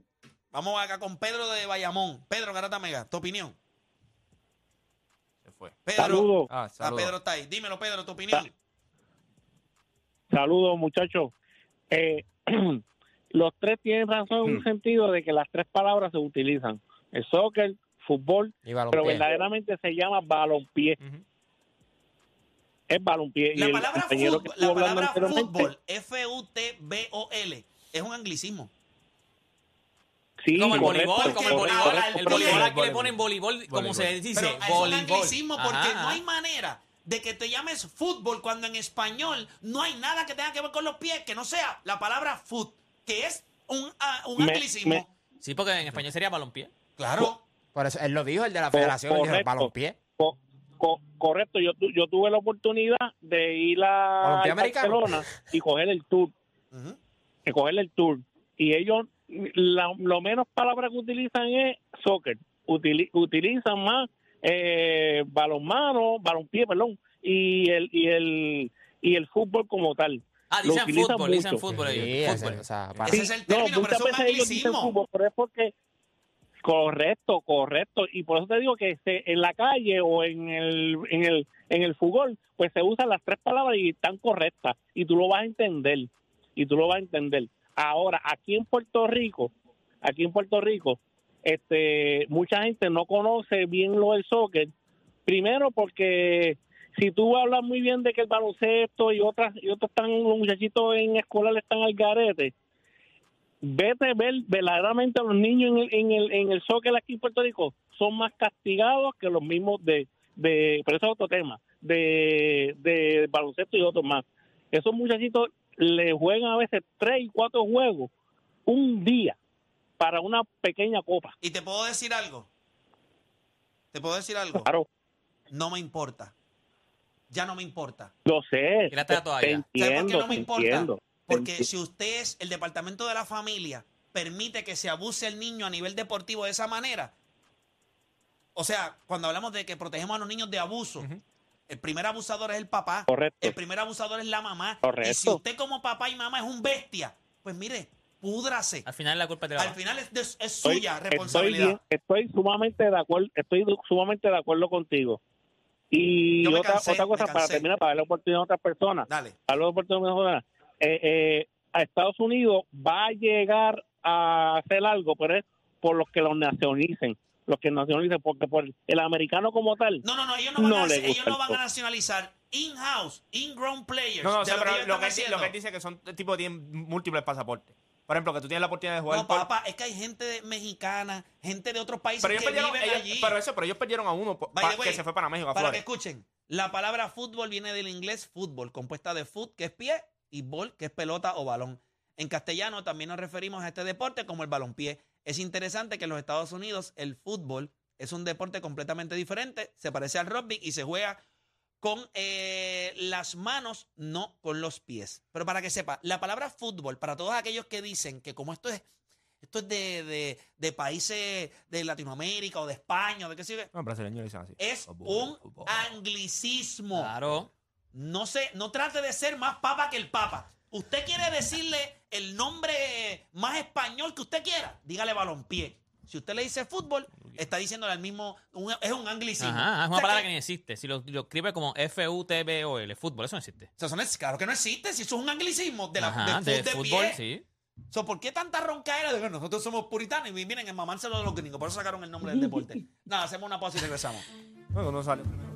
S2: vamos acá con Pedro de Bayamón. Pedro Garata Mega, tu opinión.
S4: Se fue.
S2: Pedro,
S7: Saludos, Ah,
S4: Ah,
S2: Ah,
S4: saludos.
S2: Pedro está ahí. Dímelo, Pedro, tu opinión.
S7: saludos muchachos. Eh, los tres tienen razón en un sentido de que las tres palabras se utilizan. El soccer, fútbol
S5: Y balompié.
S7: pero verdaderamente se llama balompié. Es balompié.
S2: La
S7: y el
S2: palabra
S7: compañero que
S2: fútbol,
S7: estuvo
S2: la
S7: hablando
S2: palabra
S7: anteriormente,
S2: fútbol, F-U-T-B-O-L, es un anglicismo.
S7: Sí,
S3: Como el
S7: correcto,
S3: voleibol, como el
S7: correcto,
S3: voleibol.
S7: correcto,
S3: El
S2: pero-
S3: voleibol
S7: correcto.
S3: aquí le ponen voleibol, como
S4: Voleibol.
S3: se dice,
S2: Pero es un
S3: voleibol.
S2: anglicismo porque
S3: Ajá.
S2: no hay manera de que te llames fútbol cuando en español no hay nada que tenga que ver con los pies que no sea la palabra foot, que es un, ah, un
S7: Me-
S2: anglicismo.
S7: me-
S3: Sí, porque en español sería balompié.
S2: claro.
S5: Por eso, él lo dijo, el de la federación, él dijo,
S7: correcto.
S5: balompié.
S7: Co- co- correcto, yo, tu- yo tuve la oportunidad de ir a
S5: Balompié
S7: al
S5: americano.
S7: Barcelona y coger el tour,
S2: Ujú.
S7: y coger el tour. Y ellos, la- lo menos palabra que utilizan es soccer. Utili- utilizan más eh, balonmano, balompié, perdón, y el, y el y el fútbol como tal.
S3: Ah,
S7: Lo
S3: dicen
S7: utilizan
S3: fútbol, dicen
S7: mucho.
S3: fútbol.
S5: Sí,
S3: ellos,
S5: ese-
S3: fútbol.
S5: o sea, para-
S2: Ese es el término, pero
S7: muchas
S2: eso es un
S7: veces ellos dicen
S2: anglicismo.
S7: fútbol, pero es porque correcto, correcto, y por eso te digo que se- en la calle o en el en el en el fútbol, pues se usan las tres palabras y están correctas y tú lo vas a entender y tú lo vas a entender. Ahora, aquí en Puerto Rico, aquí en Puerto Rico, este mucha gente no conoce bien lo del soccer, primero porque si tú hablas muy bien de que el baloncesto y otras y otros están los muchachitos en escuela le están al garete, vete a ver verdaderamente a los niños en el, en el, en el soccer aquí en Puerto Rico son más castigados que los mismos de, de pero eso es otro tema de, de baloncesto y otros más esos muchachitos le juegan a veces tres y cuatro juegos un día para una pequeña copa
S2: Y te puedo decir algo. Te puedo decir algo.
S7: claro
S2: No me importa. Ya no me importa.
S7: lo sé
S3: Y la está
S7: te
S3: todavía.
S2: ¿Sabe por qué
S7: entiendo,
S2: no me
S7: te
S2: importa?
S7: entiendo, te
S2: Porque
S7: entiendo.
S2: si usted es el departamento de la familia, permite que se abuse el niño a nivel deportivo de esa manera. O sea, cuando hablamos de que protegemos a los niños de abuso, el primer abusador es el papá,
S7: Correcto.
S2: el primer abusador es la mamá.
S7: Correcto.
S2: Y si usted como papá y mamá es un bestia, pues mire, púdrase.
S3: Al final la culpa te
S2: Al
S3: la
S2: final es, de- es
S7: Estoy-
S2: suya
S7: estoy
S2: responsabilidad.
S7: bien, Estoy, sumamente de acuerdo, estoy du- sumamente de acuerdo contigo. Y
S2: Yo me
S7: otra,
S2: cansé,
S7: otra cosa
S2: me
S7: para
S2: cansé.
S7: terminar, para darle oportunidad a otras personas,
S2: Dale.
S7: darle oportunidad a otras personas. Eh, eh, a Estados Unidos va a llegar a hacer algo, pero es por los que los nacionalicen, los que nacionalicen, porque por el americano como tal,
S2: No, no, no, ellos no van,
S7: No
S2: a,
S7: le
S2: ellos
S7: gusta
S2: no
S7: el
S2: van a
S7: fútbol.
S2: nacionalizar in-house, in-grown players.
S4: No, no, o
S2: de
S4: sea,
S2: lo que
S4: pero
S2: ellos
S4: lo
S2: están
S4: que, él- lo
S2: haciendo.
S4: que él dice que son tipo tienen múltiples pasaportes. Por ejemplo, que tú tienes la oportunidad de jugar
S2: No,
S4: por-
S2: papá, es que hay gente de- mexicana, gente de otros países
S4: pero ellos
S2: que viven
S4: perdieron, ellos-
S2: allí.
S4: pero eso, pero ellos perdieron a uno por-
S2: By
S4: pa-
S2: the way,
S4: que se fue para México a
S2: para que
S4: Flores.
S2: escuchen, la palabra fútbol viene del inglés fútbol, compuesta de foot, que es pie, y ball, que es pelota o balón. En castellano también nos referimos a este deporte como el balompié. Es interesante que en los Estados Unidos el fútbol es un deporte completamente diferente, se parece al rugby y se juega con eh, las manos, no con los pies. Pero para que sepa, la palabra fútbol, para todos aquellos que dicen que como esto es, esto es de, de- de países de Latinoamérica o de España o de qué sé yo,
S4: No, brasileños lo dicen así.
S2: es
S4: Fútbol,
S2: un
S4: fútbol.
S2: anglicismo.
S3: Claro.
S2: No sé, no trate de ser más papa que el papa. Usted quiere decirle el nombre más español que usted quiera, dígale balompié. Si usted le dice fútbol, está diciéndole al mismo. un- es un anglicismo.
S3: Ajá, es
S2: O
S3: una
S2: sea
S3: palabra
S2: que-
S3: que ni existe. Si lo, lo escribe como F-U-T-B-O-L, fútbol, eso no existe.
S2: o sea, eso no es- claro que no existe. Si eso es un anglicismo de, la,
S3: Ajá,
S2: de, fut- de
S3: fútbol,
S2: pie.
S3: sí.
S2: So, ¿Por qué tanta roncaera de que nosotros somos puritanos y miren, en mamárselo de los gringos? Por eso sacaron el nombre del deporte. Nada, hacemos una pausa y regresamos.
S4: Bueno, no sale.